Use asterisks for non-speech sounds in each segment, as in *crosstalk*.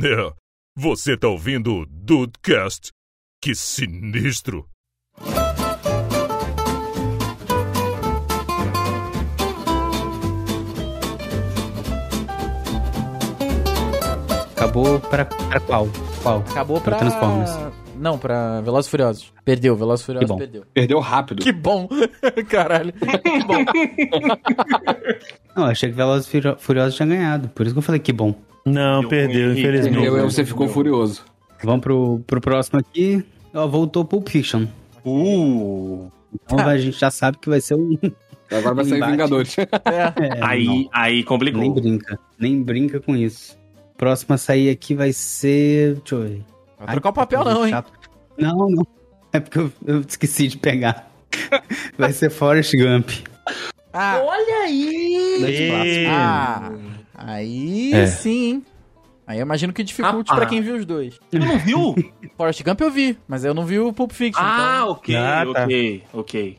É, você tá ouvindo o Dudecast? Que sinistro! Acabou pra, pra qual? Qual? Acabou Pra pra... Transformers. Não, pra Velozes e Furiosos. Perdeu, Velozes e Que Furiosos bom. perdeu. Perdeu rápido. Que bom! *laughs* Caralho. Que bom. Não, eu achei que Velozes e Furio- Furiosos tinha ganhado. Por isso que eu falei que bom. Não, perdeu, infelizmente. Perdeu, aí né? você ficou furioso. Vamos pro, pro próximo aqui. Ó, voltou Pulp Fiction. Uh! Então a gente já sabe que vai ser um... *laughs* Agora vai sair Embate. Vingadores. *laughs* É. *laughs* É, não, Aí, aí complicou. nem brinca. Nem brinca com isso. Próxima a sair aqui vai ser... Deixa eu ver. Vai trocar o papel não, hein? Chato. Não, não. É porque eu, eu esqueci de *laughs* pegar. Vai ser Forrest Gump. Ah, Olha aí! E- ah, aí É. sim, hein? Aí eu imagino que dificulte Ah, pra pá. quem viu os dois. Tu não *laughs* viu? Forrest Gump eu vi, mas eu não vi o Pulp Fiction. então- Ah, ok, Ah, tá. ok, ok.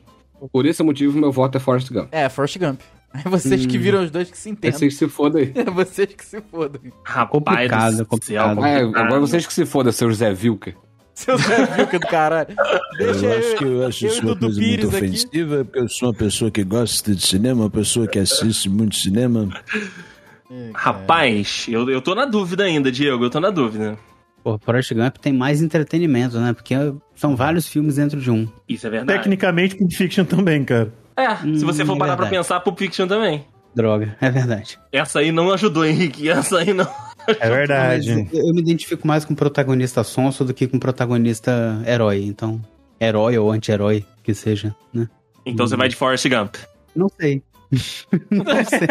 Por esse motivo, meu voto é Forrest Gump. então. É, Forrest Gump. É vocês que viram os dois que se entendem. *laughs* Vocês se fodam aí. É vocês que se fodam. Rapaz Complicado, do céu, complicado. É, Ah, agora complicado. vocês que se fodam, seu Zé Vilker. Seu Zé Vilca é do caralho. Deixa Eu acho eu... que *laughs* eu acho eu e isso uma Dudu coisa Pires muito aqui. ofensiva, porque eu sou uma pessoa que gosta de cinema, uma pessoa que assiste muito cinema. Rapaz, eu, eu tô na dúvida ainda, Diego, eu tô na dúvida. Pô, Forrest Gump tem mais entretenimento, né? Porque são vários filmes dentro de um. Isso é verdade. Tecnicamente, Pulp Fiction também, cara. É, se Hum, você for parar pra verdade. pensar, Pulp Fiction também. Droga, é verdade. Essa aí não ajudou, Henrique, *laughs* essa aí não. É verdade. Mas eu me identifico mais com protagonista sonso do que com protagonista herói. Então, herói ou anti-herói, que seja, né? Então você vai de Forrest Gump. Não sei. *laughs* Não sei.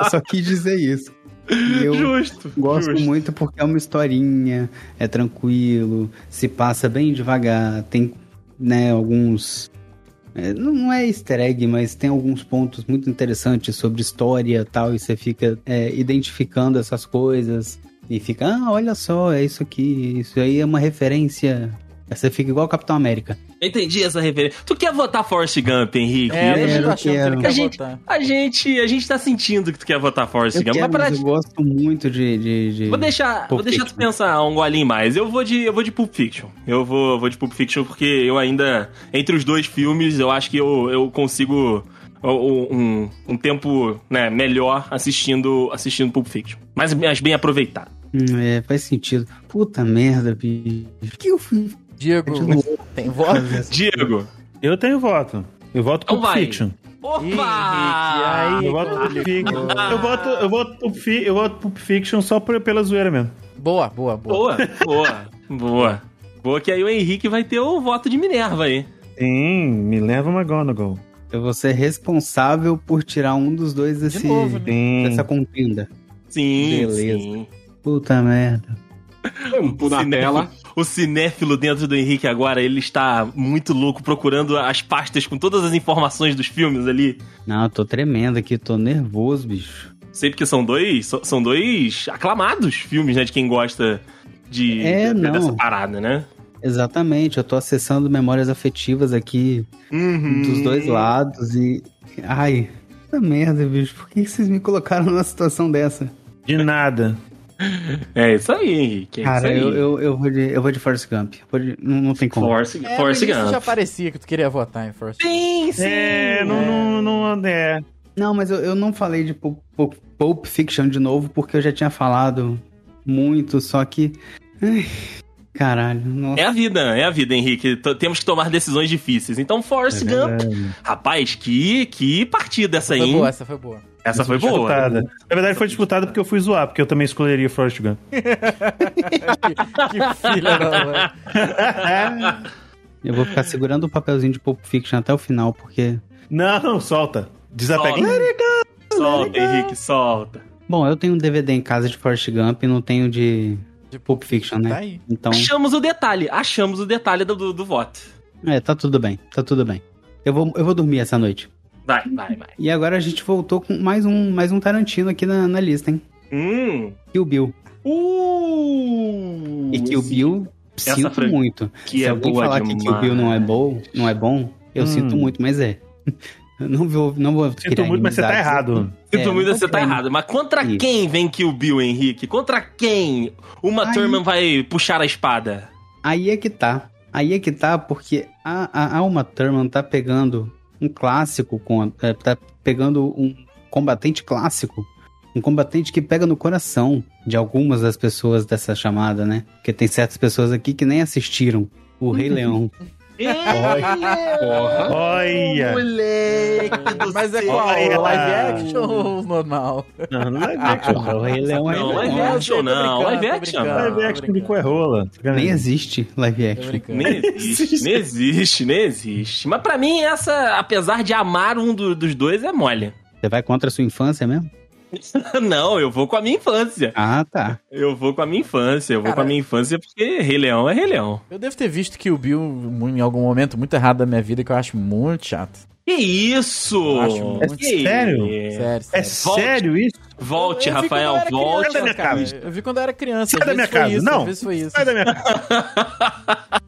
eu só quis dizer isso. E Eu Justo. gosto justo. muito porque é uma historinha, é tranquilo, se passa bem devagar, tem, né, alguns... é, Não é easter egg, mas tem alguns pontos muito interessantes sobre história e tal, e você fica é, identificando essas coisas e fica, ah, olha só, é isso aqui, isso aí é uma referência. Aí Você fica igual Capitão América. Eu entendi essa referência. Tu quer votar Forrest Gump, Henrique? É, eu Quero, tô achando que quero. ele quer A gente- votar. A gente, a gente tá sentindo que tu quer votar Forrest Eu, Gump. quero, Mas pra... mas eu gosto muito de... de, de- Vou deixar, Pulp vou deixar tu Fiction. pensar um golinho mais. Eu vou de, eu vou de Pulp Fiction. Eu vou, vou de Pulp Fiction porque eu ainda entre os dois filmes, eu acho que eu, eu consigo o- o- um, um tempo, né, melhor assistindo, assistindo Pulp Fiction. Mas, mas bem aproveitado. Hum, é, faz sentido. Puta merda, bicho. Por que eu fui Diego, tem voto? fazer essa Diego. Eu tenho voto. Eu voto Então Pulp vai. Fiction. é Ih, Henrique, aí Eu voto Pulp Fiction. Ah. Eu voto, eu voto, Pulp Fi- eu voto Pulp Fiction só por- pela zoeira mesmo. Boa, boa, é boa. Boa, boa, boa. Boa que aí o Henrique vai ter o voto de Minerva aí. Sim, me leva uma McGonagall. Eu vou ser responsável por tirar um dos dois desse, novo, né? Sim. dessa contenda. Sim, Beleza. sim. Puta merda. Tempo na tela. O cinéfilo dentro do Henrique agora, ele está muito louco procurando as pastas com todas as informações dos filmes ali. Não, eu tô tremendo aqui, tô nervoso, bicho. Sei porque são dois, so- são dois aclamados filmes, né, de quem gosta de, É, de- não. dessa parada, né? Exatamente, eu tô acessando memórias afetivas aqui Uhum. dos dois lados e. Ai, puta merda, bicho. Por que que vocês me colocaram numa situação dessa? De nada. É isso aí, Henrique. É Cara, isso eu, aí. eu, eu vou de, eu vou de Force Gump. Vou de- não, não tem como. Force, É, Force no início Gump. já parecia que tu queria votar em Forrest Sim, sim. é, não, não, não, é. Não, mas eu, eu não falei de Pulp, Pulp- Pulp Fiction de novo, porque eu já tinha falado muito, só que. ai, caralho, nossa. É a vida, é a vida, Henrique. T- temos que tomar decisões difíceis. Então, Force É Gump. Rapaz, que, que partida essa aí, Foi hein? boa, essa foi boa. *laughs* Essa foi boa. né? Disputada. Na verdade, foi disputada porque eu fui zoar, porque eu também escolheria Forrest Gump. Que filha da mãe. Eu vou ficar segurando o papelzinho de Pulp Fiction até o final, porque. Não, solta. Desapega. Solta, solta Henrique, solta. Bom, eu tenho um DVD em casa de Forrest Gump e não tenho de De Pulp Fiction, Tá né? aí. Então, Achamos o detalhe, achamos o detalhe do, do, do voto. é, tá tudo bem, tá tudo bem. Eu vou, eu vou dormir essa noite. Vai, vai, vai. E agora a gente voltou com mais um, mais um Tarantino aqui na, na lista, hein? Hum. Kill Bill. Uh, E Kill esse- Bill, essa sinto fran- muito. que Se é alguém boa falar que Kill Bill não é demais. bom, não é *laughs* bom, eu Hum. sinto muito, mas é. Eu Não vou, não vou criar Sinto muito, mas você tá inimizades. errado. Sinto É, muito, não você tá tem. errado. Mas contra Isso. quem vem Kill Bill, Henrique? Contra quem uma Ai. Thurman vai puxar a espada? Aí é que tá. Aí é que tá, porque a, a Alma Thurman tá pegando um clássico, com, é, tá pegando um combatente clássico. Um combatente que pega no coração de algumas das pessoas dessa chamada, né? Porque tem certas pessoas aqui que nem assistiram o Rei Leão. Porra. Olha! Moleque do Mas é céu. qual? Olha Live lá. action ou normal? Não, não é Ah, action. porra, o Rei Leão é. Não, live Não, assim. action tô não, brincando, live tô action. brincando, Live tô action brincando. bico é rola. Nem existe live Tô action. brincando. Nem *laughs* existe, nem existe, nem existe. Mas pra mim, essa, apesar de amar um do- dos dois, é mole. *laughs* Você vai contra a sua infância mesmo? Não, eu vou com a minha infância. Ah, tá. Eu vou com a minha infância, eu vou com a Cara. minha infância porque Rei Leão é Rei Leão. Eu devo ter visto Kill Bill mu- em algum momento muito errado da minha vida, que eu acho muito chato. Que isso? Eu acho muito- Que- Sério? Sério, É sério. sério isso? Volte, Eu vi quando eu Rafael, era volte. Sai da minha Criança, cara. casa. Eu vi quando eu era criança. Sai às da vezes minha foi casa. isso, Não. às vezes foi isso. Sai *laughs* da minha casa.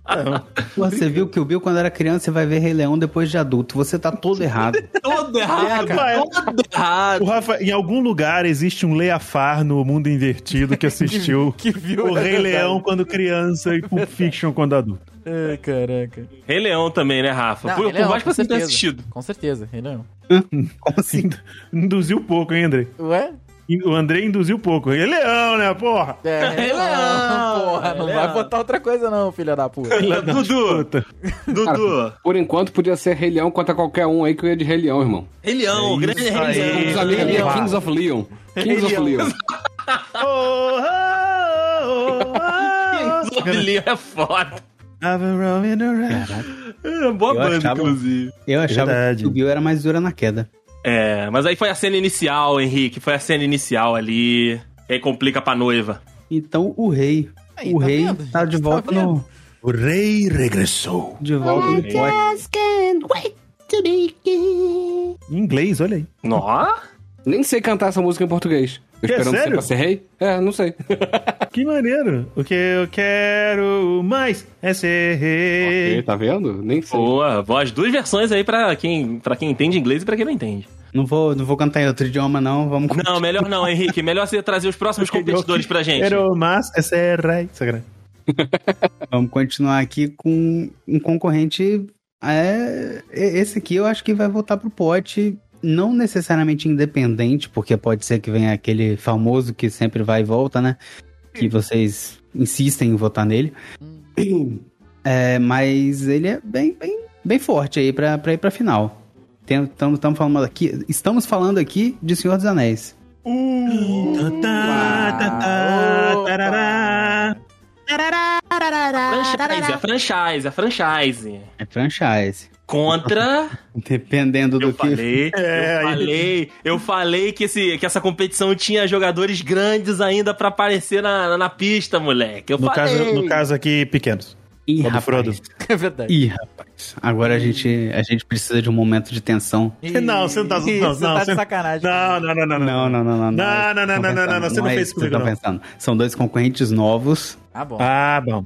Porra, Você viu que o Bill, quando era criança, você vai ver Rei Leão depois de adulto. Você tá todo errado. Todo Ah, errado, cara. todo errado. O Rafa, em algum lugar existe um Leafar no mundo *laughs* invertido que assistiu Que viu o é Rei verdade. É Leão quando criança e *laughs* Pulp Fiction quando adulto. Ai, caraca. Rei Leão também, né, Rafa? por, Rei por Leão, mais que com você não tenha certeza. assistido. Com certeza, Rei Leão. Como assim? Induziu pouco, hein, André? Ué? O André induziu pouco. Rei Leão, né, *laughs* porra? É, Rei Leão, porra. Não Rei vai Leão. botar outra coisa não, filha da puta. *laughs* Dudu, Dudu. Por enquanto, podia ser Rei Leão contra qualquer um aí que eu ia de Rei Leão, irmão. Rei Leão, grande isso Rei aí. Leão. Os amigos ali é Kings of Leon. Kings of Leon. Oh, oh, oh, oh, *laughs* Rei Leão é foda. oh. I've been roaming around. É, boa Eu banda, achava- inclusive. Eu achava Verdade. que o Bill era mais dura na queda. É, mas aí foi a cena inicial, Henrique. Foi a cena inicial ali. E aí complica pra noiva. Então o rei, Aí, o tá rei vendo? tá de Tá volta no O rei regressou. de volta no pote. Em inglês, olha aí. Nó? Nem sei cantar essa música em português. Tô Que, esperando você sério? pra ser rei? É, não sei. Que maneiro. O que eu quero mais é ser rei. Ok, tá vendo? Nem sei. Boa, boa. As duas versões aí pra quem, pra quem entende inglês e pra quem não entende. Não vou, não vou cantar em outro idioma não, vamos Não, melhor não, Henrique. Melhor você trazer os próximos competidores pra gente. Quero mais é ser rei. Sacanagem. vamos continuar aqui com um concorrente é, e- esse aqui eu acho que vai voltar pro pote não necessariamente independente, porque pode ser que venha aquele famoso que sempre vai e volta, né? Que vocês insistem em votar nele. Hum. É, mas ele é bem, bem, bem forte aí pra, pra ir pra final. Tem- tamo- tamo falando aqui, estamos falando aqui de Senhor dos Anéis. Tá, tá, tá, tarará. Franchise, a franchise, a franchise. É franchise. Contra. Dependendo do Eu que. falei, É, eu aí- falei, eu falei que, esse, que essa competição tinha jogadores grandes ainda pra aparecer na, na, na pista, moleque. Eu No falei. caso, no caso aqui, pequenos. Ih, Quando o rapaz. Frodo. É verdade. Ih, rapaz. Agora a gente, a gente precisa de um momento de tensão. Ih, Não, você não tá- ih, não, você não, tá você- de sacanagem. Não, não, não, não, Não, não. não, não, não. Não, não, não, não, não, não, você não fez é isso comigo, não. pensando. São dois concorrentes novos. Tá bom. Ah, bom.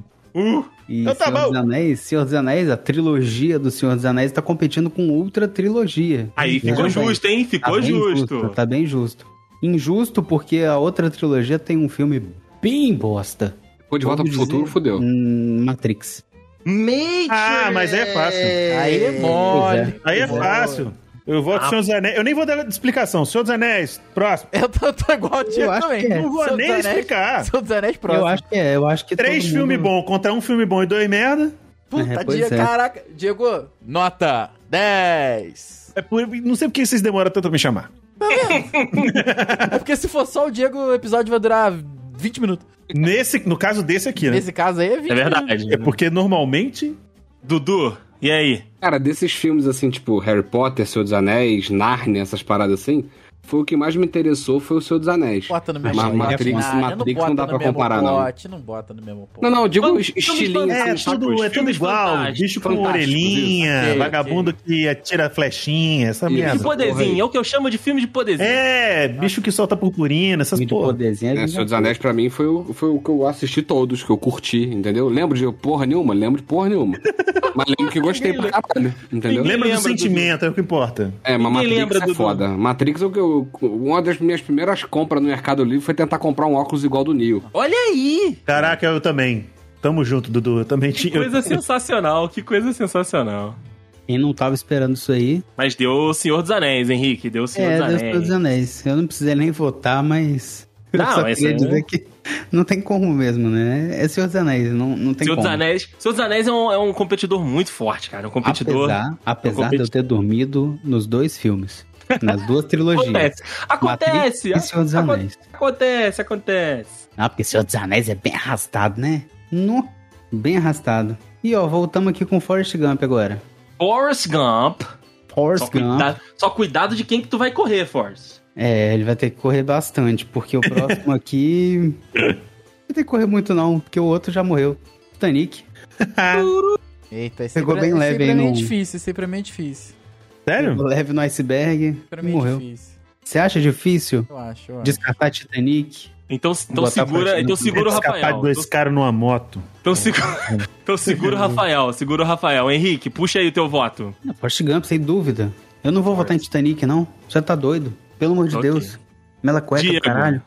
E Então tá Senhor bom. dos Anéis, Senhor dos Anéis, a trilogia do Senhor dos Anéis tá competindo com outra trilogia. Aí ficou Vejam bem. justo, hein? Ficou bem justo. Tá bem justo. Injusto porque a outra trilogia tem um filme bem bosta. Ficou de volta pro Vamos dizer- futuro, fudeu. Hum, Matrix. Matrix! Ah, mas aí é fácil. Aí é mole. Aí é Mole. fácil. Eu voto Senhor dos Anéis. Eu nem vou dar explicação. Senhor dos Anéis, próximo. *laughs* Eu tô, tô igual o Diego acho também. que é. Não vou Senhor nem dos Anéis- explicar. Senhor dos Anéis próximo. Eu acho que é, eu acho que todo Três mundo- filmes bom contra um filme bom e dois merda. Puta, É, pois Diego, é. caraca. Diego, nota 10. É por... Não sei por que vocês demoram tanto pra me chamar. É porque se for só o Diego, o episódio vai durar 20 minutos. Nesse, no caso desse aqui, né? Nesse caso aí é 20 É verdade. É porque normalmente. Dudu, e aí? Cara, desses filmes assim, tipo Harry Potter, Senhor dos Anéis, Narnia, essas paradas assim, foi o que mais me interessou, foi o Senhor dos Anéis. Bota no mesmo Mas pote, Matrix- Ah, cara. Matrix bota não dá no pra mesmo comparar, não. pote, não bota no mesmo pote. Não, não, eu digo Vamos- estilinho. vamos- assim, É, sabe? tudo, é tudo Filmes igual. fantásticos, Bicho com fantásticos, orelhinha, isso. Ok, vagabundo que atira flechinha, essa Isso. De merda. poderzinho, é o que eu chamo de filme de poderzinho. É, bicho que solta purpurina, essas Filme de porra. poderzinho, É, a gente Senhor dos já- Anéis pra mim foi o, foi o que eu assisti todos, que eu curti, entendeu? Lembro de porra nenhuma? Lembro de porra nenhuma. Mas lembro que gostei pra caralho, entendeu? Lembra do Lembra do- sentimento, é o que importa. É, mas Ninguém Matrix lembra, é Dudu. foda. Matrix é o que eu... Uma das minhas primeiras compras no Mercado Livre foi tentar comprar um óculos igual do Neo. Olha aí! Caraca, eu também. Tamo junto, Dudu. Eu também Que tinha. coisa sensacional, que coisa sensacional. Quem não tava esperando isso aí. Mas deu o Senhor dos Anéis, Henrique, deu o Senhor é, dos Deus Anéis. dos Anéis. Eu não precisei nem votar, mas. *laughs* eu Não, só essa queria é- dizer que não tem como mesmo, né? É Senhor dos Anéis, não, não tem Senhor como. dos Anéis, Senhor dos Anéis é um, é um competidor muito forte, cara. Um competidor. Apesar, apesar de eu competidor. ter dormido nos dois filmes, nas duas trilogias. Acontece. Acontece. Matrix e Senhor dos aco- Anéis. Acontece, acontece. Ah, porque Senhor dos Anéis é bem arrastado, né? No, bem arrastado. E ó, voltamos aqui com Forrest Gump agora. Forrest Gump. Só Forrest Gump. cuidado, só cuidado de quem que tu vai correr, Forrest. É, ele vai ter que correr bastante, porque o *laughs* próximo aqui. Não vai ter que correr muito, não, porque o outro já morreu. Titanic. Eita, esse Pegou pra- bem esse leve, pra hein, mim é no- difícil, esse pra mim é difícil. *laughs* Sério? Leve no iceberg. Pra mim é Morreu. difícil. Você acha difícil Eu acho, eu acho. descartar Titanic? Então, então Botar Forrest segura, então Gump. segura o Escapar de Rafael. dois caras numa moto. Então, segura, *laughs* então segura o Rafael, segura o Rafael. Henrique, puxa aí o teu voto. Não, Forrest Gump, sem dúvida. Eu não vou votar em Titanic, não. Você tá doido. Pelo amor de Ok. Deus. Mela cueca, Diego. caralho.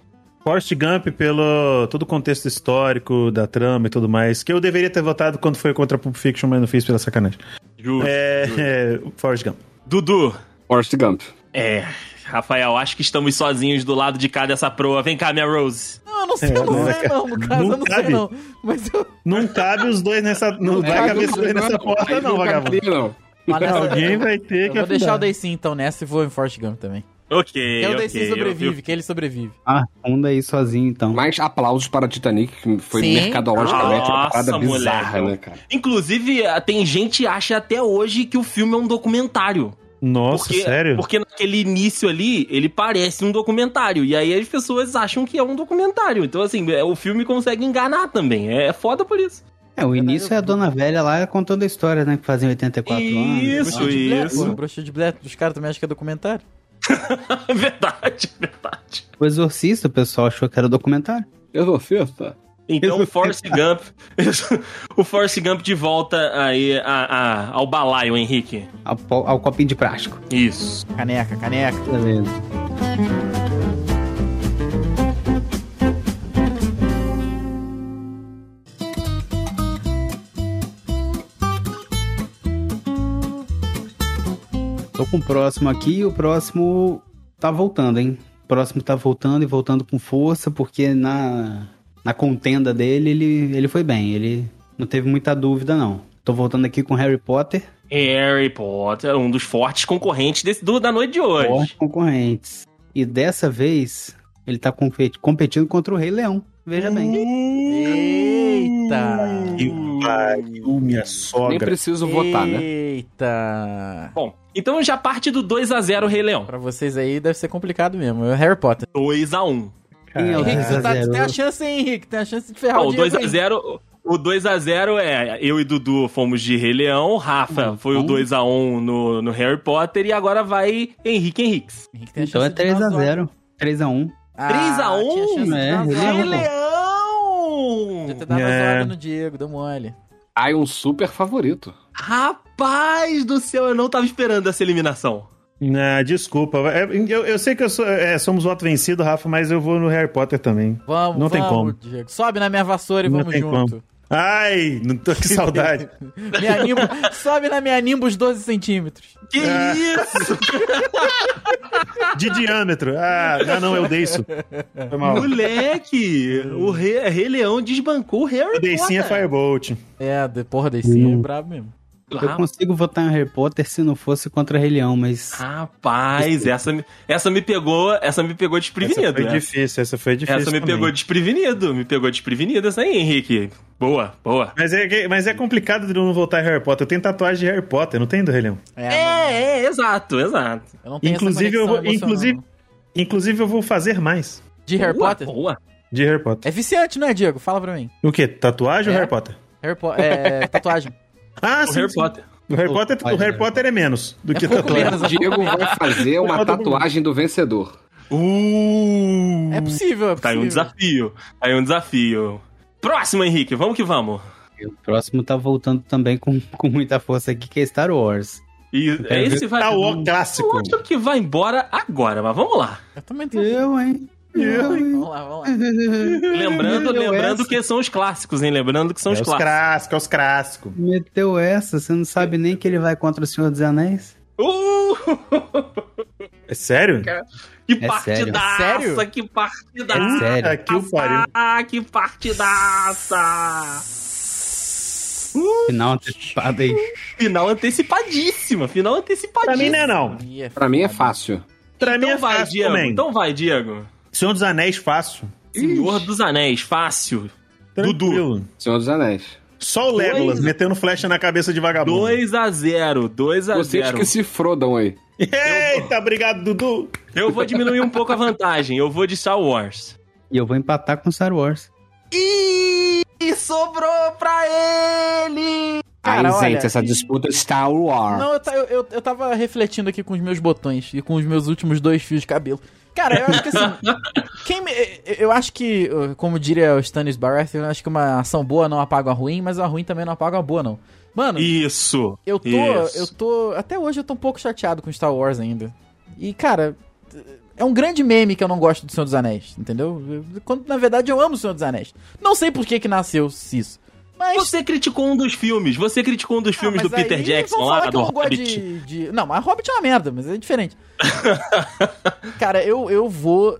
Forrest Gump, pelo todo o contexto histórico da trama e tudo mais, que eu deveria ter votado quando foi contra Pulp Fiction, mas não fiz pela sacanagem. Justo. É, é *laughs* Forrest Gump. Dudu. Forrest Gump. É, Rafael, acho que estamos sozinhos do lado de cá dessa proa. Vem cá, minha Rose. Não, eu não sei, eu não É, sei não, no caso, eu não sei cabe. não. Mas eu... Não cabe os dois nessa. Não vai Ah, caber os dois não, nessa não, porta, aí não, vagabundo. caberia, não. Mas nessa- Alguém vai ter Eu que é vou deixar o afundar. Daisy então nessa e vou em Forrest Gump também. Ok, Que é o ok. Daisy eu- sobrevive, que ele sobrevive. Ah, onda aí sozinho, então. Mas aplausos para Titanic, que foi Sim. mercadologicamente uma Nossa, parada moleque. bizarra, né, cara? eu- Inclusive, ah, tem gente que acha até hoje que o filme é um documentário. Nossa, porque, sério? Porque naquele início ali, ele parece um documentário. E aí as pessoas acham que é um documentário. Então, assim, é, o filme consegue enganar também. É foda por isso. *laughs* É, o início é a dona velha lá contando a história, né? Que fazia 84 anos. Isso, Bruxa de Blair, isso. pô, Bruxa de Blair, os caras também acham que é documentário. É verdade, verdade. O Exorcista, o pessoal achou que era documentário. Exorcista. Então, o Forrest Gump. *laughs* o Forrest Gump de volta aí a- a- ao balaio, Henrique. Ao, po- ao copinho de plástico. Isso. Caneca, caneca. Beleza. Tô com o próximo aqui e o próximo tá voltando, hein? O próximo tá voltando e voltando com força, porque na, na contenda dele ele, ele foi bem. Ele não teve muita dúvida, não. Tô voltando aqui com Harry Potter. Harry Potter, um dos fortes concorrentes desse, do- da noite de hoje. fortes concorrentes. E dessa vez, ele tá competi- competindo contra o Rei Leão. Veja bem. Eita! Que pariu, minha Nem sogra. preciso votar, né? Eita! Bom, então já parte do 2x0 Rei Leão. Pra vocês aí deve ser complicado mesmo. É o Harry Potter. 2x1. Quem é o Henrique, você tá, 2x0? tem a chance, hein, Henrique? Tem a chance de ferrar Bom, É o o Diego. hein? 2x0. O 2x0 é eu e Dudu fomos de Rei Leão, Rafa foi o 2x1 no, no Harry Potter e agora vai Henrique Henriques. Henrique tem a Então chance é de dar uma zoada. 3x0. 3x1. É, Ah, 3x1, tinha chance de né? dar uma Rei zoada. Rei Leão. Podia ter Leão! dado uma É. zoada no Diego, deu mole. Aí um super favorito. Rapaz do céu, eu não tava esperando essa eliminação. Ah, desculpa. É, Eu, eu sei que eu sou- é, somos voto vencido, Rafa, mas eu vou no Harry Potter também. Vamos, Não vamos, tem como. Diego. Sobe na minha vassoura e Não vamos tem junto. Ai, não *laughs* tô que saudade. *laughs* Minha Nimbus- sobe na minha Nimbus 12 centímetros. Que É. isso, De diâmetro. Ah, não, não, eu dei isso. Foi mal. moleque! O Rei, Rei Leão desbancou o Harry Eu dei sim a Potter. Firebolt. É, de, porra, desse Hum. sim é brabo mesmo. Eu consigo votar em Harry Potter se não fosse contra o Rei Leão, mas. Rapaz, essa, me- essa me pegou, essa me pegou desprevenido. Essa Essa, foi difícil, né? essa foi difícil. essa me também. pegou desprevenido, me pegou desprevenido essa aí, Henrique. Boa, boa. Mas é, que- mas é complicado de não voltar em Harry Potter. Eu tenho tatuagem de Harry Potter, não tem do Rei Leão? É, É, é, exato, exato. eu não tenho Inclusive, essa eu vou- conexão emocional, inclusive- não. Inclusive, eu vou fazer mais De Harry Boa, Potter? Boa. de Harry Potter. É viciante, não é, Diego? Fala pra mim. O quê? Tatuagem É. ou Harry Potter? Harry Potter. É, tatuagem. Ah, O sim. Harry sim. Potter. O Harry Potter, o Harry Potter é menos do que pouco tatuagem. menos. O Diego vai fazer uma tatuagem do vencedor. Uh, É possível, é possível. Tá aí um desafio. Tá aí um desafio. Próximo, Henrique. Vamos que vamos. O próximo tá voltando também com, *laughs* com muita força aqui, que é Star Wars. E esse vai. Tá o clássico. Eu acho que vai embora agora, mas vamos lá. *laughs* Eu também tô. Eu, hein? Eu, hein? Vamos lá, vamos lá. Lembrando, Meteu lembrando essa. que são os clássicos, hein? Lembrando que É são os os clássicos. clássicos, é os clássicos. Meteu essa, você não sabe nem que ele vai contra o Senhor dos Anéis? Uh! É sério? Que É sério. partidaça! Sério? Que É partidaça! sério. Aqui o pariu. Ah, que partidaça! Final antecipado aí. Final antecipadíssima, final Pra mim antecipadíssima. não é não. Ih, é Pra mim é fácil. Pra mim então é vai, fácil Diego. também. Então vai, Diego. Senhor dos Anéis, fácil. Senhor dos Anéis, fácil. Tranquilo. Senhor dos Anéis. Só o Legolas Dois- metendo flecha na cabeça de Tá vagabundo. 2 a 0 2 a Vocês 0 que se frodam aí. *laughs* Eita, obrigado, Dudu. Eu vou diminuir um pouco a vantagem. Eu vou de Star Wars. E eu vou empatar com Star Wars. E sobrou pra ele! Aí, Cara, gente, olha- essa disputa Star Wars. Não, eu, ta- eu, eu, eu tava refletindo aqui com os meus botões e com os meus últimos dois fios de cabelo. Cara, eu acho que *laughs* assim. quem me- eu acho que, como diria o Stannis Baratheon, eu acho que uma ação boa não apaga a ruim, mas a ruim também não apaga a boa, não. Mano, Isso. eu tô. isso. Eu tô. Até hoje eu tô um pouco chateado com Star Wars ainda. E, cara. É um grande meme que eu não gosto do Senhor dos Anéis, entendeu? Quando, na verdade, eu amo o Senhor dos Anéis. Não sei por que que nasceu isso. Mas Você criticou um dos filmes. Você criticou um dos filmes ah, do mas Peter aí Jackson vão lá, falar que do eu não gosto Hobbit. de, de- Não, mas Hobbit é uma merda, mas é *laughs* diferente. Cara, eu, eu vou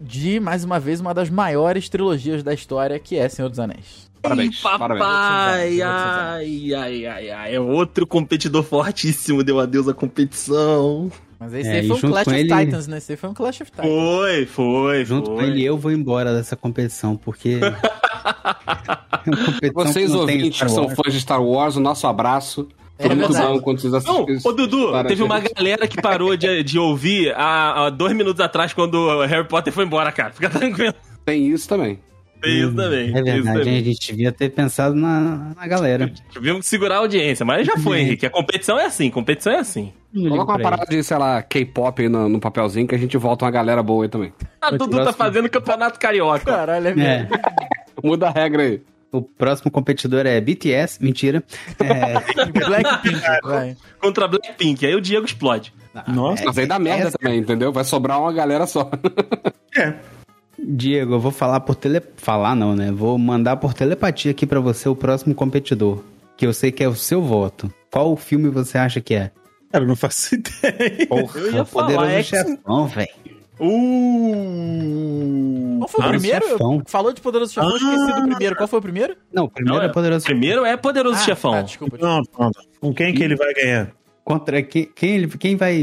de, mais uma vez, uma das maiores trilogias da história, que é Senhor dos Anéis. Parabéns, Ih, parabéns. papai, ai, ai, ai, ai, é outro competidor fortíssimo, deu adeus à competição. Mas esse É, aí e foi um junto Clash com of ele- Titans, né? Esse aí foi um Clash of Titans. Foi, foi, Junto foi. com ele, eu vou embora dessa competição, *laughs* porque. É uma competição Vocês que não tem ouvintes que Star são Wars. fãs de Star Wars, o nosso abraço. Foi É muito verdade. bom quando vocês Não, assistem. ô Dudu, Para, teve gente. *laughs* uma galera que parou de, de ouvir há, há dois minutos atrás quando o Harry Potter foi embora, cara. Fica tranquilo. Tem isso também. Tem isso também. É tem isso verdade, hein? também. a gente devia ter pensado na, na galera. Tivemos que segurar a audiência, mas já foi, Henrique. A competição é assim, competição é assim. Não ligo Coloca uma pra parada de, sei lá, K-pop aí no, no papelzinho que a gente volta uma galera boa aí também. Ah, Mas Dudu tá próximo. fazendo campeonato carioca. Caralho, é ele. É, mesmo. Muda a regra aí. o próximo competidor é BTS, mentira. É, Blackpink, vai. Contra Blackpink. Aí o Diego explode. Ah, Nossa. é. Mas aí dá merda essa- também, entendeu? Vai sobrar uma galera só. *laughs* Diego, eu vou falar por tele... Falar não, né? Vou mandar por telepatia aqui pra você o próximo competidor. Que eu sei que é o seu voto. Qual filme você acha que é? Cara, eu não faço *laughs* ideia. Porra, Eu ia falar, poderoso é que- chefão, velho. Uh! Qual foi o Ah, primeiro? chefão. Falou de Poderoso Chefão, Ah! eu esqueci do primeiro. Qual foi o primeiro? Não, o primeiro Não, é- é poderoso Primeiro é Poderoso Ah, Chefão. tá, desculpa. Não, não. Com quem que ele vai ganhar? Contra quem, quem, ele- quem vai.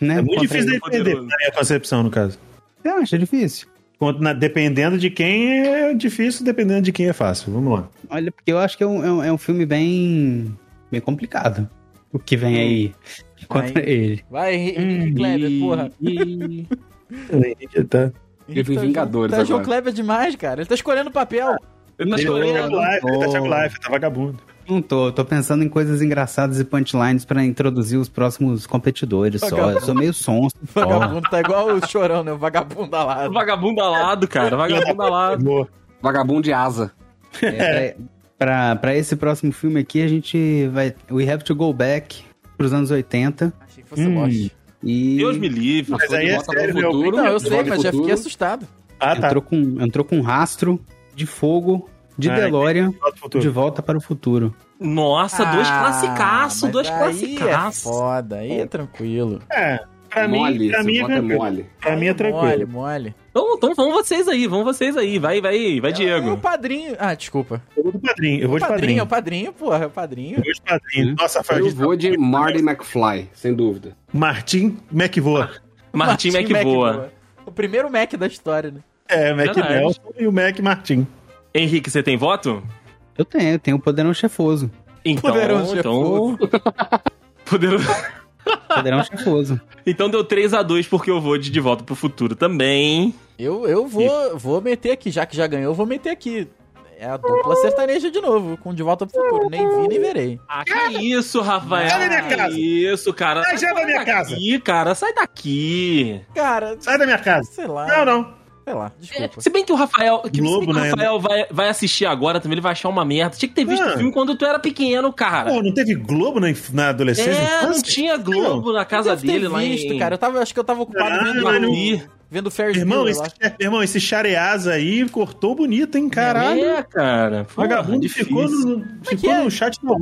Né, É muito contra difícil ele? defender, poderoso. na minha concepção, no caso. Você acha difícil? Quanto na- dependendo de quem é difícil, dependendo de quem é fácil. Vamos lá. Olha, porque eu acho que é um, é um, é um filme bem. bem complicado. O que vem aí contra ele. Vai, Henrique Hum, Kleber, porra. Tá. Ele vem Tá- Vingadores tá João agora. Kleber demais, cara. Ele tá escolhendo papel. Ele tá escolhendo. Life, Oh. tá Thiago Life, tá vagabundo. *laughs* Não tô, tô pensando em coisas engraçadas e punchlines pra introduzir os próximos competidores só. Eu sou meio sonso. só. *laughs* Vagabundo, tá igual o chorão, né? O vagabundo alado. Vagabundo alado, cara. Vagabundo alado. Boa. Vagabundo de asa. É, pra, pra esse próximo filme aqui, a gente vai. We have to go back pros anos 80. Achei que fosse Hum. Lost. E Deus me livre. Mas aí é Volta sério, pro meu. futuro, um Não, Então, eu de sei, volta mas é pro já futuro. fiquei assustado. Ah, tá. entrou, com, entrou com um rastro de fogo de Ah, DeLorean Volta pro futuro. de volta para o futuro. Nossa, dois Ah, classicaço, mas dois aí É classicaço. foda, aí é tranquilo. É, pra mim, Mole, pra esse mim é voto é tranquilo. *laughs* mole. Pra mim é Mole, tranquilo. mole. Então, então vão vocês aí, vão vocês aí. Vai, vai, vai, É o Diego. padrinho. Ah, desculpa. Eu vou de padrinho. Eu vou de Padrinho, é padrinho. o padrinho, porra, é o padrinho. Eu vou de padrinho. Nossa, Eu Fabrício. vou de Marty McFly, sem dúvida. Martin McVoa. Martim é que voa. O primeiro Mac da história, né? É, Mac Verdade. Nelson e o Mac Martin. Henrique, você tem voto? Eu tenho, eu tenho o poderão chefoso. Então, Poderoso então... Poderoso. Poderão chefoso. Então deu 3 a 2 porque eu vou de De Volta pro Futuro também. Eu, eu vou, vou meter aqui, já que já ganhou, eu vou meter aqui. É a dupla sertaneja de novo, com De Volta pro Futuro. Nem vi, nem verei. Ah, que isso, Rafael? Sai da minha Que casa. Isso, cara. Sai já da minha casa. daqui, cara. Sai daqui. Cara, Sai da minha casa. sei lá. Não, não. Sei lá, É, desculpa. se bem que o Rafael, que, se bem Globo, que o né? Rafael vai, vai assistir agora também, ele vai achar uma merda. Tinha que ter visto Ah. o filme quando tu era pequeno, cara. Pô, não teve Globo na, inf- na adolescência? é, não infância? tinha Globo na casa Deve ter dele lá visto, em... É, cara. Eu tava, eu acho que eu tava ocupado Ah, vendo, mas não- Ih, vendo Ferris Irmão, Bueller esse, é, lá. irmão, esse Chareasa aí cortou bonito, hein? Caralho. É, cara. Porra, Vagabundo difícil. ficou no, ficou é? no chat do bom.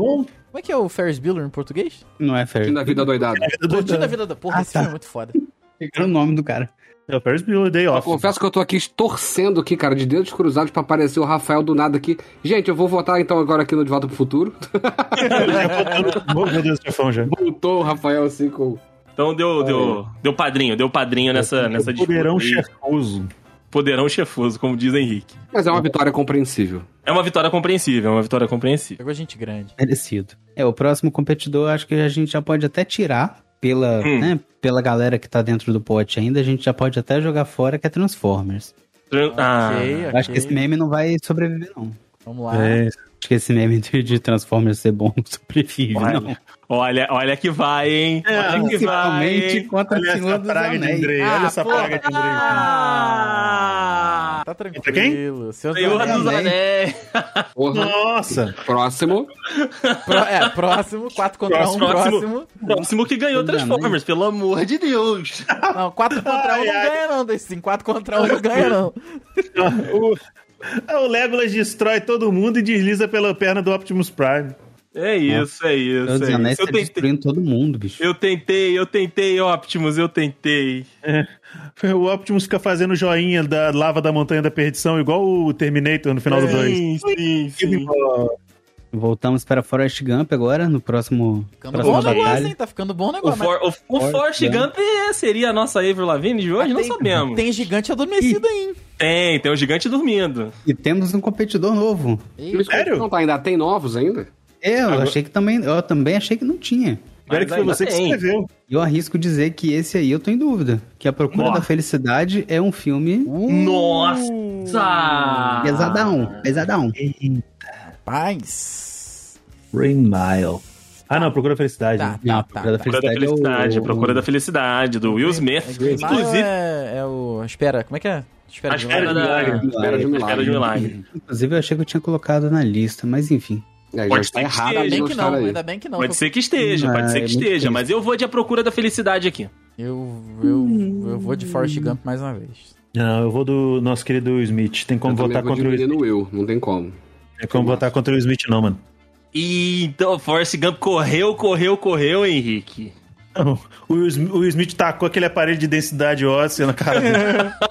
Como é que é o Ferris Bueller em português? Não é fair. Na vida doidada. Curtindo a vida da porra, Ah, esse tá. filme é muito foda. Era o nome do cara. É o Paris Bueller Tá Day Off. *laughs* Confesso que eu tô aqui torcendo aqui, cara, de dedos cruzados pra aparecer o Rafael do nada aqui. Gente, eu vou votar então agora aqui no De Volta pro Futuro. *laughs* Meu Deus, chefão já. Voltou o Rafael assim com... Então deu, deu, deu padrinho, deu padrinho nessa, nessa disputa. Poderão aí. chefoso. Poderão chefoso, como diz Henrique. Mas é uma vitória compreensível. É uma vitória compreensível, é uma vitória compreensível. Pegou gente grande. Merecido. É, o próximo competidor, acho que a gente já pode até tirar pela, Hum. né, pela galera que tá dentro do pote ainda, a gente já pode até jogar fora que é Transformers. Tran- Ah, ok, Eu Acho que esse meme não vai sobreviver, não. Vamos lá. É, Acho que esse meme de de Transformers ser bom não sobrevive, Olha, não. olha, olha que vai, hein? olha que vai. Principalmente hein? contra o olha Senhor essa dos praga de Anéis. Andrei. Ah, Olha essa porra. praga de Andrei. Ah! Tá Entre quem? tranquilo. Seus Senhor anéis. dos Anéis. Porra. Nossa. Próximo. Pró- é, próximo, 4 contra 1, um, Próximo. próximo. Próximo que ganhou Transformers, pelo amor de Deus. Não, 4 contra 1 um não Ai, ai. ganha não, desse sim. 4 contra 1 um não ganha não. O, *laughs* o Legolas destrói todo mundo e desliza pela perna do Optimus Prime. É isso, é isso. Senhor dos é Anéis isso. Eu tá tentei, destruindo todo mundo, bicho. eu tentei, eu tentei, Optimus, eu tentei. O Optimus fica fazendo joinha da lava da montanha da perdição, igual o Terminator no final do 2. Sim, sim, sim. Voltamos para Forrest Gump agora, no próximo... Ficando bom próxima o negócio, batalha. hein? Tá ficando bom o O, negócio. mas- For, o, o Forrest Forrest Gump é- seria a nossa Avril Lavigne de hoje? mas Não Ah, tem- sabemos. Tem gigante adormecido aí. Tem, tem o gigante dormindo. E temos um competidor novo. É, Me hein? desculpa, Sério? Não, tá, ainda tem novos ainda? Eu achei que também... Eu também achei que não tinha. Mas Agora que foi ainda você que tem. escreveu. E eu arrisco dizer que esse aí eu tô em dúvida. Que A Procura Nossa. da Felicidade é um filme Nossa! pesadão, pesadão. Paz. Rain Mile. Ah, não, procura felicidade. Tá, Tá. Não, tá, a Procura tá. da Procura da Felicidade é o- Felicidade, Procura da Felicidade, do Will Smith. É, Green Mile Inclusive, É, é o... Espera, como é que é? Espera. a de espera novo. da... Espera de um a espera de um milagre. Inclusive eu achei que eu tinha colocado na lista, mas enfim. É, já Pode está ser que né? errado a esteja. Ainda bem gente que estar não, aí. ainda bem que não. Pode ser que esteja, pode Ah, ser que é muito esteja, triste. mas eu vou de A Procura da Felicidade aqui. Eu, Hum. eu, eu vou de Forrest Gump mais uma vez. Não, eu vou do nosso querido Will Smith. Tem como Eu também votar vou de contra o Will Smith. menino Will, não tem como. Tem como votar contra o Will Smith, não, mano. E então, Forrest Gump correu, correu, correu, Henrique. Não, O Will, Smith, o Will Smith tacou aquele aparelho de densidade óssea na cara dele.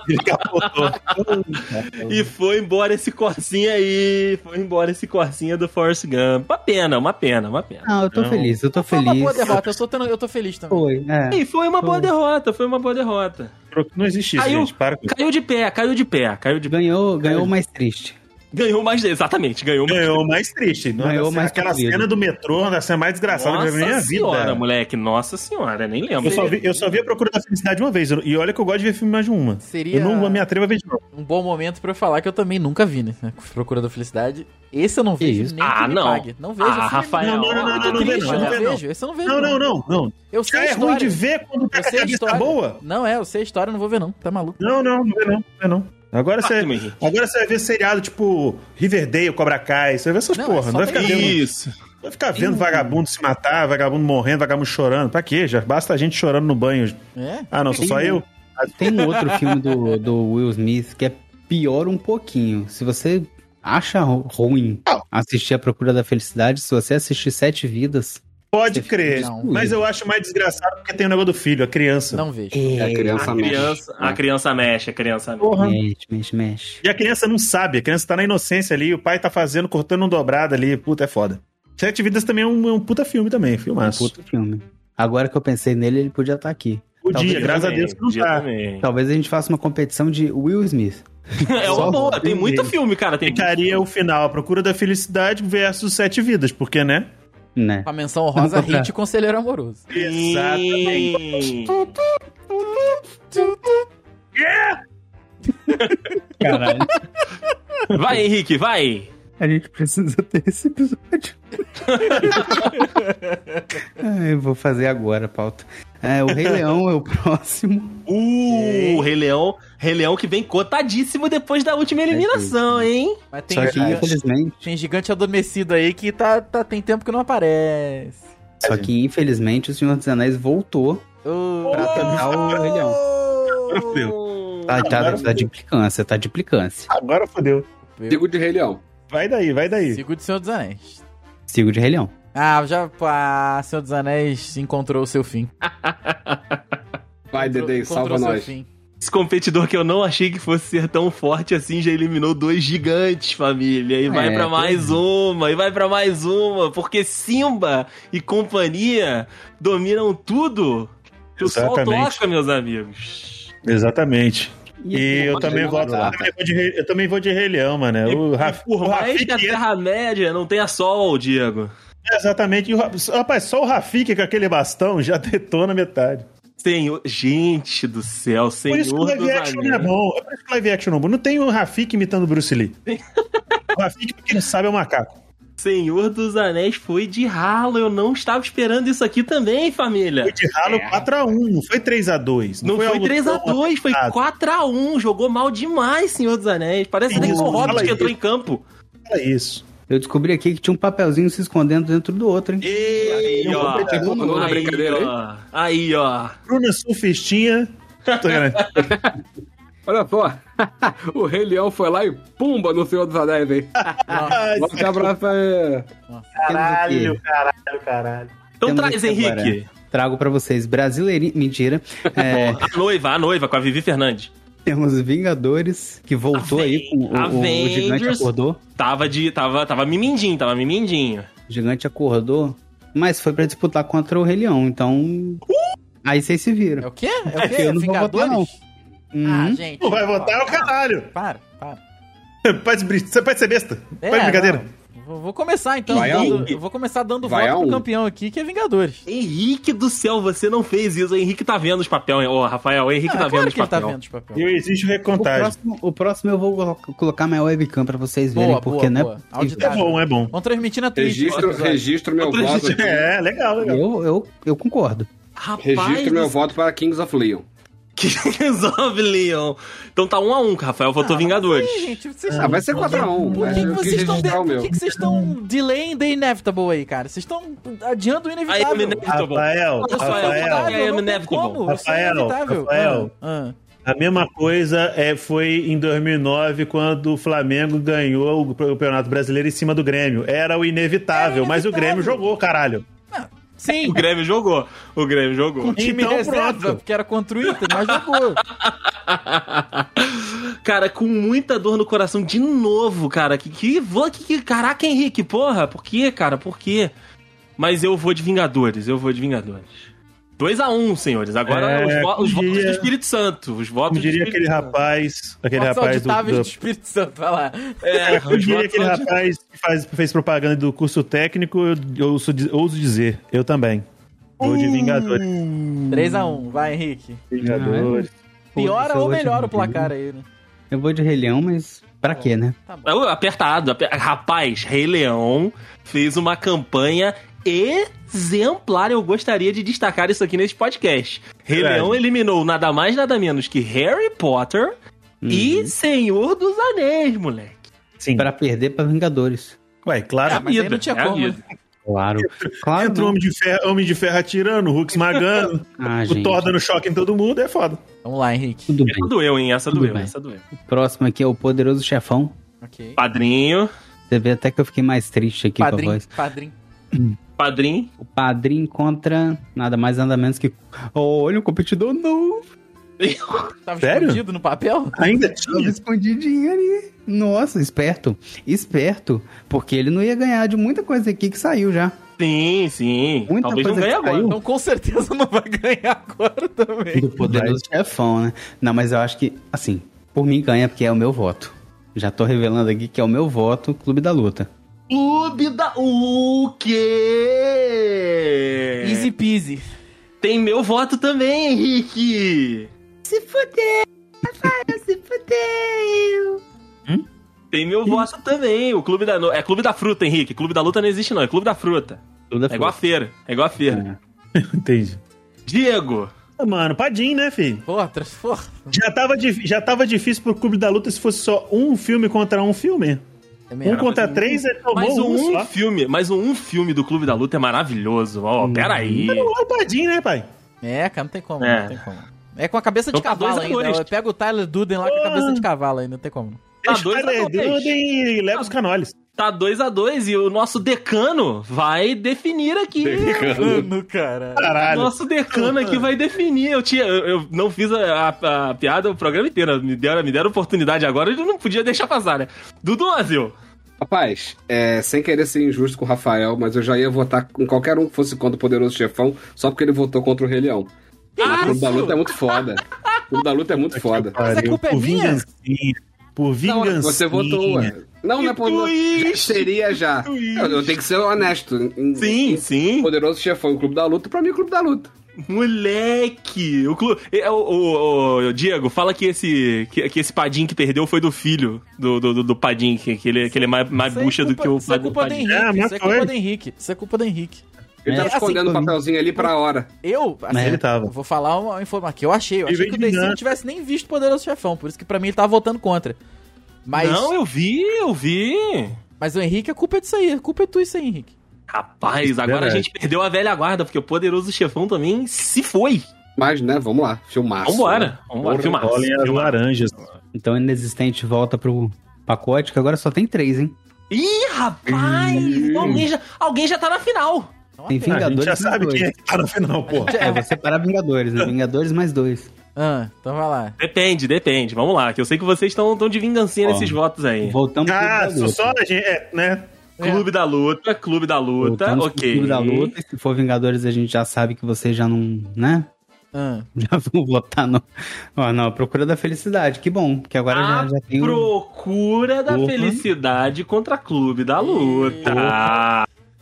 Ele capotou. É. E foi embora esse corsinha aí. Foi embora esse corsinha do Forrest Gump. Uma pena, uma pena, uma pena. Não, eu tô Não. feliz, eu tô Foi uma boa feliz. derrota, eu tô, tendo- eu tô feliz também. Foi, é. E foi uma boa derrota, foi uma boa derrota. Não existe isso, Caiu. gente. Para com isso. Caiu de pé, caiu de pé, caiu de pé. Ganhou, ganhou o mais triste. Ganhou mais. Exatamente, ganhou mais. Ganhou o mais triste. Não, Ganhou Ganhou o mais aquela colorido. cena do metrô, uma das cenas mais desgraçadas que eu já vi na minha senhora, vida. moleque. Nossa senhora, nem lembro. Eu só, vi, eu só vi a Procura da Felicidade uma vez. E olha que eu gosto de ver filme mais de uma. Seria- Eu não me atrevo a ver de novo. Um bom momento pra eu falar que eu também nunca vi, né? Procura da Felicidade. Esse eu não vejo isso? nem que Ah, me não. pague. Não vejo. Ah, esse filme Rafael, é não, não, não, muito não, não vê triste, não, eu não vê não. vejo. Esse eu não vejo. Não, não, não. não. Eu sei Já a é história. ruim de ver quando tá Eu com a sei a cabeça história. boa. Não é, eu sei a história, eu não vou ver não. Tá maluco. Não, não, não vê não. Não vê não. Agora Ah, você, meu Henrique. agora você vai ver seriado tipo Riverdale, Cobra Kai, você vai ver essas Não, porra. é Não vai só um- ficar vendo Isso. Vai ficar vendo vagabundo se matar, vagabundo morrendo, vagabundo chorando. Pra quê? Já basta a gente chorando no banho. É? Ah, não, sou só eu? Tem um outro filme do, do Will Smith que é pior um pouquinho. Se você acha ru- ruim assistir A Procura da Felicidade, se você assistir Sete Vidas, Pode crer. Não. Mas eu acho mais desgraçado porque tem o negócio do filho, a criança. Não vejo. É, a criança É. A mexe. né? criança, a criança mexe, a criança mexe. Porra. mexe, mexe, mexe. E a criança não sabe, a criança tá na inocência ali, o pai tá fazendo, cortando um dobrado ali, puta, é foda. Sete Vidas também é um, é um puta filme também, filmaço. Um Outro filme. Agora que eu pensei nele, ele podia estar aqui. Podia, Talvez graças a também, Deus que não dia tá. também. Talvez a gente faça uma competição de Will Smith. É uma Só boa, o tem filme muito dele. filme, cara. Tem muito Ficaria o final, a procura da felicidade versus Sete Vidas, porque, né? né? Com a menção honrosa, Vamos hit conselheiro amoroso. Exatamente. Caralho. *laughs* Vai, Henrique, vai. A gente precisa ter esse *laughs* episódio. Ah, eu vou fazer agora a pauta. É, o Rei Leão é o próximo. Uh, Rei Leão. Rei Leão que vem cotadíssimo depois da última eliminação, hein? Mas tem, Só que- é Que, infelizmente, tem gigante adormecido aí que tá, tá, tem tempo que não aparece. só que infelizmente o Senhor dos Anéis voltou Oh. Ô, pra tentar o Rei Leão. Tá, tá, tá de implicância, tá de implicância. Agora fodeu. Digo de Rei Leão. Vai daí, vai daí. Sigo de Senhor dos Anéis. Sigo de Rei Leão. Ah, já pá, Senhor dos Anéis encontrou o seu fim. Vai, Dedê, Encontrou salva o seu nós. fim. Esse competidor que eu não achei que fosse ser tão forte assim já eliminou dois gigantes, família. E vai É, pra pois mais é. uma, e vai pra mais uma, porque Simba e companhia dominam tudo. Que o sol Exatamente. toca, meus amigos. Exatamente. E eu Pode também jogar voto. lá. Eu também vou de Rei- eu também vou de Rei Leão, mano. O Raf- Por o mais que a Rafiki Terra-média não tenha sol, Diego. é- exatamente. E o Ra- Rapaz, só o Rafik com aquele bastão já *laughs* detona metade. Senhor. Gente do céu, senhor. Por isso que o live dos action não é anéis. bom. É por isso que o live action não é bom. Não tem o Rafik imitando o Bruce Lee. o Rafik, pra quem não sabe, é um macaco. Senhor dos Anéis foi de ralo. Eu não estava esperando isso aqui também, família. Foi de ralo 4x1, não foi 3x2. É. Não foi algo 3x2, foi tão 4x1 . Jogou mal demais, Senhor dos Anéis. Parece Isso, até que foi o Hobbit fala que entrou isso. em campo. Era isso. Eu descobri aqui que tinha um papelzinho se escondendo dentro do outro, hein? Ei, Aí, ó. ó, continuando a Aí, brincadeira aí. ó. Aí, ó. Bruna Surfistinha. Tô ligado. Olha só, *laughs* o Rei Leão foi lá e pumba no Senhor dos Anéis, hein? Vamos abraço aí. Temos aqui- caralho, caralho. Então Temos traz, aqui Henrique. Trago pra vocês brasileirinho. Mentira. É, Bom, a noiva, a noiva, com a Vivi Fernandes. temos Vingadores, que voltou aí com o, o- o Gigante Avengers. acordou. Tava de. Tava, tava mimindinho, tava mimindinho. O Gigante acordou, mas foi pra disputar contra o Rei Leão, então. Aí vocês se É viram. o quê? *laughs* É o quê? Eu não vou votar, não. Vingadores? Ah, Uhum. Hum. gente. Não vai votar é o para, caralho. Para, para. Pode, brin- você pode ser besta. É, pode brincadeira. não. Vou, vou começar então. Vai a dando- um. eu vou começar dando Vai voto a pro um. campeão aqui, que é Vingadores. Henrique do céu, você não fez isso. O Henrique tá vendo os papéis. Ô, Rafael, o Henrique Ah, tá claro vendo os que ele tá papéis. vendo os papéis. Eu exijo O recontagem. próximo, o próximo eu vou colo- colocar minha webcam pra vocês Boa, verem, porque boa, não é boa. possível. É Auditável. bom, é bom. Vamos transmitir na Twitch. Registro, esse episódio. registro meu voto. aqui. É, legal, legal. Eu, eu, eu concordo. Rapaz, Registro do *laughs* meu voto para Kings of Leon. Que resolve, Leon. Então tá um a um, que Rafael votou Ah, Vingadores. Ih, gente, vocês Ah, vai ser 4x1. Por que, que vocês estão de... registrar o Por meu. que, que vocês estão delaying the inevitable aí, cara? Vocês estão adiando o I am inevitável. inevitable. Rafael, Olha só, Rafael. eu é Inevitável, I am não tem inevitable. como, isso é Rafael, inevitável. Rafael. Ah, ah. A mesma coisa é, foi em 2009, quando o Flamengo ganhou o Campeonato Brasileiro em cima do Grêmio. Era o inevitável, Era mas o É inevitável. Grêmio jogou, caralho. Sim, O Grêmio jogou. O Grêmio jogou. o time Então, reserva, pronto. porque era contra o Inter, mas jogou. *laughs* cara, com muita dor no coração de novo, cara. Que que vou que, que caraca, Henrique, porra. Por quê, cara? Por quê? Mas eu vou de Vingadores, eu vou de Vingadores. 2 a 1, senhores. Agora É, os, vo- os votos como do diria- Espírito Santo, os votos Como diria do aquele Espírito Santo. rapaz, *laughs* aquele Votos rapaz do, auditáveis do... do Espírito Santo, vai lá. *laughs* É, Eu os diria votos aquele são de- rapaz que faz, fez propaganda do curso técnico, eu, eu ouso, di- ouso dizer, eu também. Vou de Vingadores. Hum. 3x1, vai, Henrique. Vingadores. Foda-se, Piora eu vou de ou melhora o Rei Leão. placar aí, né? Tá Eu vou de Rei Leão, mas pra quê, né? Ô, É Apertado. aper- Rapaz, Rei Leão fez uma campanha exemplar. Eu gostaria de destacar isso aqui nesse podcast. Rei Verdade. Leão eliminou nada mais, nada menos que Harry Potter e Senhor dos Anéis, moleque. Sim. Pra perder pra Vingadores. Ué, claro. mas aí não tinha É a como, vida. Claro. Claro. né? Entra o Homem de Ferro, Homem de Ferro atirando, o *laughs* Hulk esmagando, Ah, o gente. Thor dando choque em todo mundo, é foda. Vamos lá, Henrique. Tudo Essa bem. doeu, hein? Essa Tudo doeu, bem. essa doeu. Próximo aqui é o Poderoso Chefão. Ok. Padrinho, Você vê até que eu fiquei mais triste aqui com a Padrinho, voz. padrinho. padrinho. O padrinho contra nada mais, nada menos que. Oh, olha o competidor novo. Tava Sério? escondido no *laughs* papel? Ainda Tava escondidinho ali. Nossa, esperto. Esperto. Porque ele não ia ganhar de muita coisa aqui que saiu já. Sim, sim. Muita Talvez não coisa ganhe que agora. saiu. Então com certeza não vai ganhar agora também. Do poderoso chefão, né? Não, mas eu acho que, assim, por mim ganha porque é o meu voto. Já tô revelando aqui que é o meu voto, Clube da Luta. Clube da. O É. quê? Easy peasy. Tem meu voto também, Henrique! Se fuder, Rafael, se fuder. Tem meu voto também. O Clube da. no- É Clube da Fruta, Henrique. Clube da Luta não existe, não. É Clube da Fruta. é igual a feira. É igual a feira. Entendi. Diego! Ah, Mano, Padim, né, filho? Porra, trans- porra. Já tava, dif- já tava difícil pro Clube da Luta se fosse só um filme contra um filme. É Um mesmo. contra três, ele tomou Mas um, um só. filme, mas um filme do Clube da Luta é maravilhoso. Ó, peraí. Não é o Padim, né, pai? É, cara, não tem como, É. não tem como. É com a cabeça de Então tá cavalo dois a ainda. dois. Eu pego o Tyler Duden lá com a cabeça Ah. de cavalo ainda, não tem como. Tá Deixa o dois a Tyler dois. Durden e leva os canoles. Tá 2 a 2 e o nosso decano vai definir aqui. Mano, cara. Caralho. Nosso decano aqui vai definir. Eu, tinha, eu, eu não fiz a, a- a piada o programa inteiro. Me deram, me deram oportunidade agora e eu não podia deixar passar, né? Dudu Azil. Rapaz, é, sem querer ser injusto com o Rafael, mas eu já ia votar com qualquer um que fosse contra o Poderoso Chefão, só porque ele votou contra o Rei Leão. o Clube da Luta é muito foda. O Clube da Luta é muito foda. Mas a Pariu, culpa é por minha? vingancinha. Por Não, vingança. você votou, ué. Não, não é por... já Seria já. Eu, eu tenho que ser honesto. Em- Sim, sim. Poderoso Chefão e Clube da Luta, pra mim é Clube da Luta. Moleque! O, clu... é, o, o- o- o Diego, fala que esse, que, que esse padim que perdeu foi do filho do, do, do, do padim, que, que ele, que ele é mais, mais Isso é bucha do culpa- que o Isso é padim. culpa do Henrique. É, mas Isso é culpa foi. do Henrique. Isso é culpa do Henrique. Ele É, tava assim, escondendo o pra mim- papelzinho ali pra hora. Eu, assim, Mas ele tava. eu vou falar uma informação que eu achei. Eu Ele achei veio que o DC não É. vingança. tivesse nem visto o Poderoso Chefão, por isso que pra mim ele tava votando contra. Mas, Não, eu vi, eu vi. mas o Henrique, a culpa é disso aí. A culpa é tu isso aí, Henrique. Rapaz, agora a Verdade. gente perdeu a velha guarda, porque o poderoso chefão também se foi. Mas, né, vamos lá. Filmaço. né? Vambora, vambora, filmar. Rolem as laranjas. Então o inexistente volta pro pacote, que agora só tem três, hein? Ih, rapaz! Alguém já, alguém já tá na final. Tem Ok. A gente Vingadores já mais sabe dois. quem é que tá no final, pô. É, vai separar Vingadores, né? Vingadores mais dois. Ah, então vai lá. Depende, depende. Vamos lá, que eu sei que vocês estão tão de vingancinha Ó. nesses votos aí. Voltamos pro Ah, Vingadores. só a gente, é, né? Clube da luta, clube da luta, Voltamos pro ok. Clube da luta. e Se for Vingadores, a gente já sabe que vocês já não, né? *laughs* Ah, Já vão votar no... Ó, não, Procura da Felicidade. Que bom, que agora Ah, já, já tem... um- o- Procura da Uhum. felicidade contra clube da luta.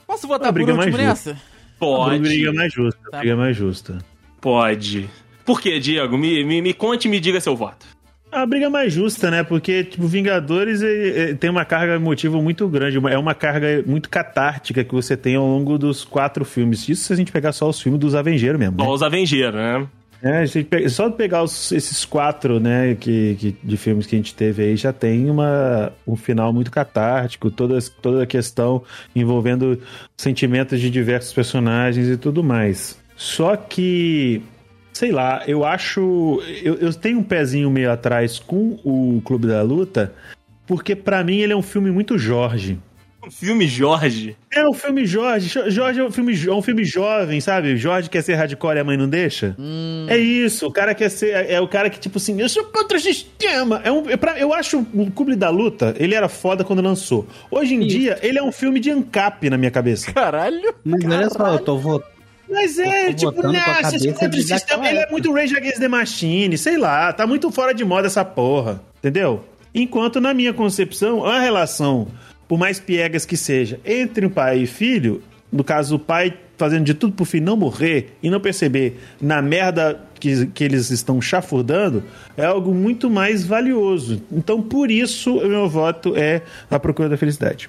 Posso votar por Ah, briga último mais nessa? A Pode, briga né? mais justa. a Tá. Briga mais justa. pode. Por quê, Diego? Me, me, me conte e me diga seu voto. A briga mais justa, né? Porque, tipo, Vingadores eh, eh, tem uma carga emotiva muito grande. uma- É uma carga muito catártica que você tem ao longo dos quatro filmes. Isso se a gente pegar só os filmes dos Avengers mesmo. Só Né? os Avengeiros, né? É, se a gente pe- só pegar os- esses quatro, né, que, que- de filmes que a gente teve aí, já tem uma, um final muito catártico. Toda, toda a questão envolvendo sentimentos de diversos personagens e tudo mais. Só que Sei lá, eu acho. Eu, eu tenho um pezinho meio atrás com o Clube da Luta, porque pra mim ele é um filme muito Jorge. Um filme Jorge. É um filme Jorge. Jo- Jorge é um filme, jo- é um filme jovem, sabe? Jorge quer ser hardcore e a mãe não deixa. É isso, o cara quer ser. É o cara que, tipo assim, eu sou contra o sistema. É um, é pra- eu acho o Clube da Luta, ele era foda quando lançou. Hoje em dia, ele é um filme de ANCAP na minha cabeça. Caralho. Mas olha só, eu tô votando... Mas é, Eu tô tipo, botando com a nah, vocês cabeça contra o de sistema. daquela Ele é época. muito Rage Against the Machine, sei lá, tá muito fora de moda essa porra, entendeu? Enquanto, na minha concepção, a relação, por mais piegas que seja, entre um pai e filho, no caso, o pai fazendo de tudo pro filho não morrer e não perceber na merda que, que eles estão chafurdando, é algo muito mais valioso. Então, por isso, o meu voto é a procura *laughs* da felicidade.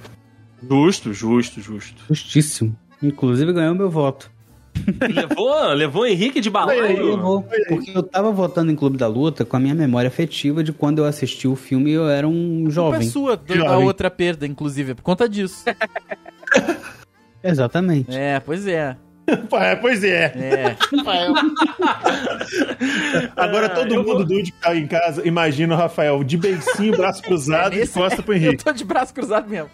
Justo, justo, justo. Justíssimo. Inclusive ganhou meu voto. levou, levou Henrique de balaio. Levou, Porque eu tava votando em Clube da Luta com a minha memória afetiva de quando eu assisti o filme e eu era um Culpa é jovem. sua do- da Jovem. outra perda, inclusive, por conta disso. Exatamente. É, pois é. pois é. É. Agora Ah, todo eu mundo vou- doido que tá em casa, imagina o Rafael de beicinho, *laughs* braço cruzado e Esse- Tá costa *laughs* pro Eu *laughs* Henrique. tô de braço cruzado mesmo.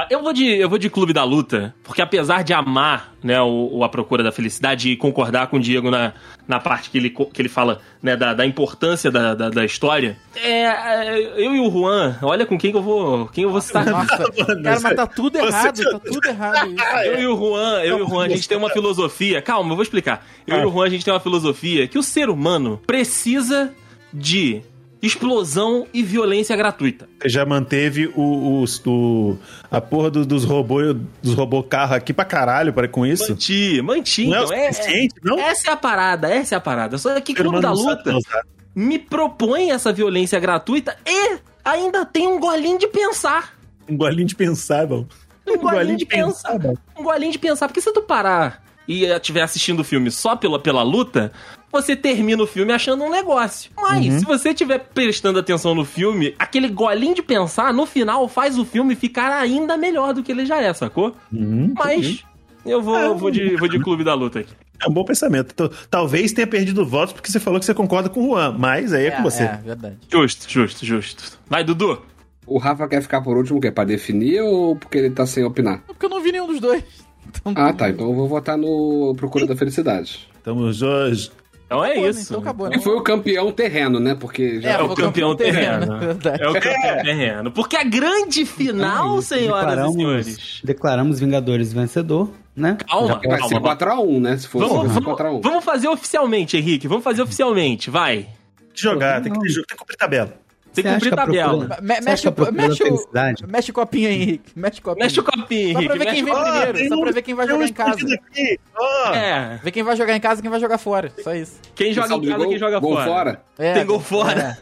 Ah, Eu vou, de, eu vou de Clube da Luta, porque apesar de amar né, o, o A Procura da Felicidade e concordar com o Diego na, na parte que ele, co- que ele fala né, da, da importância da, da, da história, é, é, eu e o Juan, olha com quem que eu vou, quem eu vou *laughs* citar. Nossa, cara, mas tá tudo errado, tá tudo errado isso. Ah, é. Eu e o Juan, eu e o Juan, a gente tem uma filosofia. Calma, eu Ah. vou explicar. Eu e o Juan, a gente tem uma filosofia que o ser humano precisa de explosão e violência gratuita. Você já manteve o, o- o- a porra do- dos robôs dos robô carro aqui pra caralho para com isso? Manti, manti. Não é o então, é- suficiente, não? Essa é a parada, essa é a parada. Só que O ser Clube humano da não sabe Luta transar. me propõe essa violência gratuita e ainda tem um golinho de pensar. Um golinho de pensar, bom. Um golinho, de pensar. um golinho de pensar. Porque se tu parar e estiver assistindo o filme só pela, pela luta, você termina o filme achando um negócio. Mas Uhum. se você estiver prestando atenção no filme, aquele golinho de pensar, no final, faz o filme ficar ainda melhor do que ele já é, sacou? Uhum. Mas eu vou, eu vou, de, vou de clube da luta aqui. É um bom pensamento. Então, talvez tenha perdido votos porque você falou que você concorda com o Juan, mas aí *laughs* é, com você. verdade. Justo, justo, justo. Vai, Dudu. O Rafa quer ficar por último, o quê? Pra definir ou porque ele tá sem opinar? É Porque eu não vi nenhum dos dois. Então, Ah, tá. Então eu vou votar no Procura da Felicidade. Tamo hoje. Então é Pô, né? isso. Então acabou, né? E foi o campeão terreno, né? Porque já É, É, o foi campeão campeão terreno. terreno, verdade. É o campeão terreno. Porque a grande Então é final, isso, senhoras e declaramos- senhores. Declaramos Vingadores vencedor, né? Calma, Já vai calma, ser 4x1, né? Se for Vamos, vai ser vamos, 4x1. vamos fazer oficialmente, Henrique. Vamos fazer oficialmente, vai. Tem que jogar, Não, tem que, ter jogo, tem que cumprir tabela. Tem que Você cumprir acha que a tabela. procura- Me- Você mexe, acha o, que eu procuro mexe, a o, felicidade? mexe o copinho aí, Henrique. Mexe o copinho. Mexe o copinho, Só pra ver Henrique. quem mexe vem o- primeiro, tem só pra um- ver quem vai tem um jogar em casa. escondido aqui, Ah. ó. É, Ver quem vai jogar em casa e quem vai jogar fora. Só isso. quem joga em Saldo de casa, gol, quem joga gol fora. fora. É, Tem gol fora.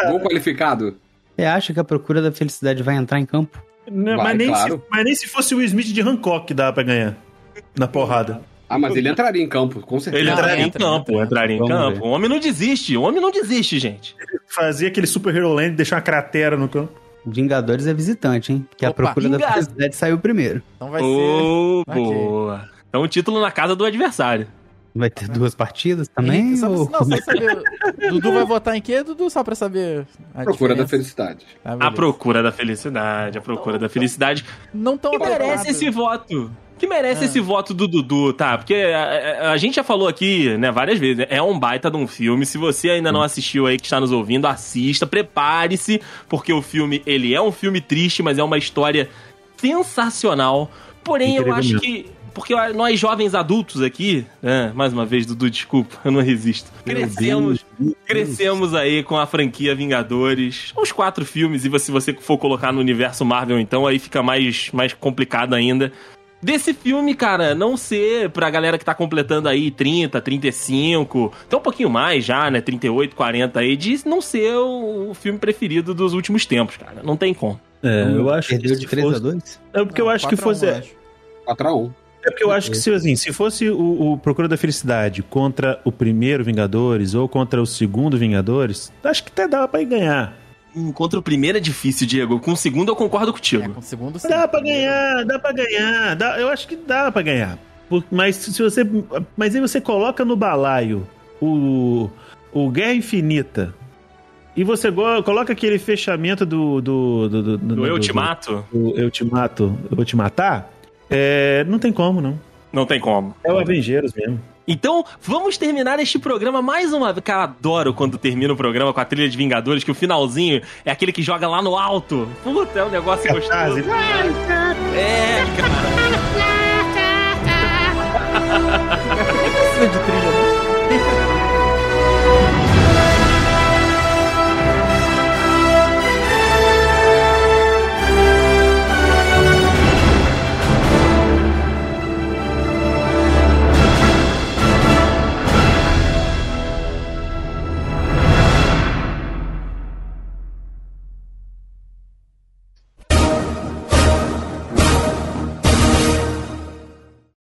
é. Gol qualificado. Você acha que a procura da felicidade vai entrar em campo? Não, Vai, mas, nem claro. se, mas nem se fosse o Will Smith de Hancock dá pra ganhar na porrada. Ah, mas ele entraria em campo, com certeza. Ele Não, entraria entra, em campo, entra. entraria em Vamos campo. ver. O homem não desiste, o homem não desiste, gente. Fazia aquele Super Hero Land, deixar uma cratera no campo. Vingadores é visitante, hein? Porque a Opa, procura da Vingado. felicidade saiu primeiro. Então vai ser. Ô, Ok. boa. Então o título na casa do adversário. Vai ter duas partidas também? Henrique, só pra, ou não, só como é pra saber. Dudu vai votar em quê, Dudu? Só pra saber. A Procura da diferença. felicidade. Ah, beleza. A procura da felicidade, a procura Então, da felicidade. Não tão Que merece apertado. esse voto. Que merece esse voto do Dudu, tá? Porque a, a- a gente já falou aqui, né, várias vezes, né? é um baita de um filme. Se você ainda não assistiu aí, que está nos ouvindo, assista, prepare-se, porque o filme, ele é um filme triste, mas é uma história sensacional. Porém, eu Incrível acho mesmo. que... Porque nós jovens adultos aqui, né, mais uma vez, Dudu, desculpa, eu não resisto. Crescemos Crescemos aí com a franquia Vingadores, os quatro filmes, e você- se você for colocar no universo Marvel, então aí fica mais, mais complicado ainda. Desse filme, cara, não ser pra galera que tá completando aí 30, 35, até um pouquinho mais já, né? 38, 40 aí, de não ser o, o filme preferido dos últimos tempos, cara. Não tem como. É, Então, eu acho Perdeu que de se 3 a fosse, 2? é porque eu Ah, acho que 4 a um, fosse. eu É acho. 4x1. porque eu acho que se, assim, se fosse o, o Procura da Felicidade contra o primeiro Vingadores ou contra o segundo Vingadores, acho que até dava pra ir ganhar. Hum, Contra o primeiro é difícil, Diego. Com o segundo eu concordo É, contigo. com o segundo sim. Dá pra ganhar, dá pra ganhar. dá- eu acho que dá pra ganhar. Por- mas se você. Mas aí você coloca no balaio o, o Guerra Infinita. E você go- coloca aquele fechamento do. do, do, do, do- é Do Eu do- Te Mato? do eu te mato, eu vou te matar. É, não tem como, não. Não tem como. É o Avengers mesmo. Então, vamos terminar este programa mais uma vez. Cara, adoro quando termina o programa com a trilha de Vingadores, que o finalzinho é aquele que joga lá no alto. Puta, é um negócio gostoso. Catarse. É, cara. Precisa de trilha.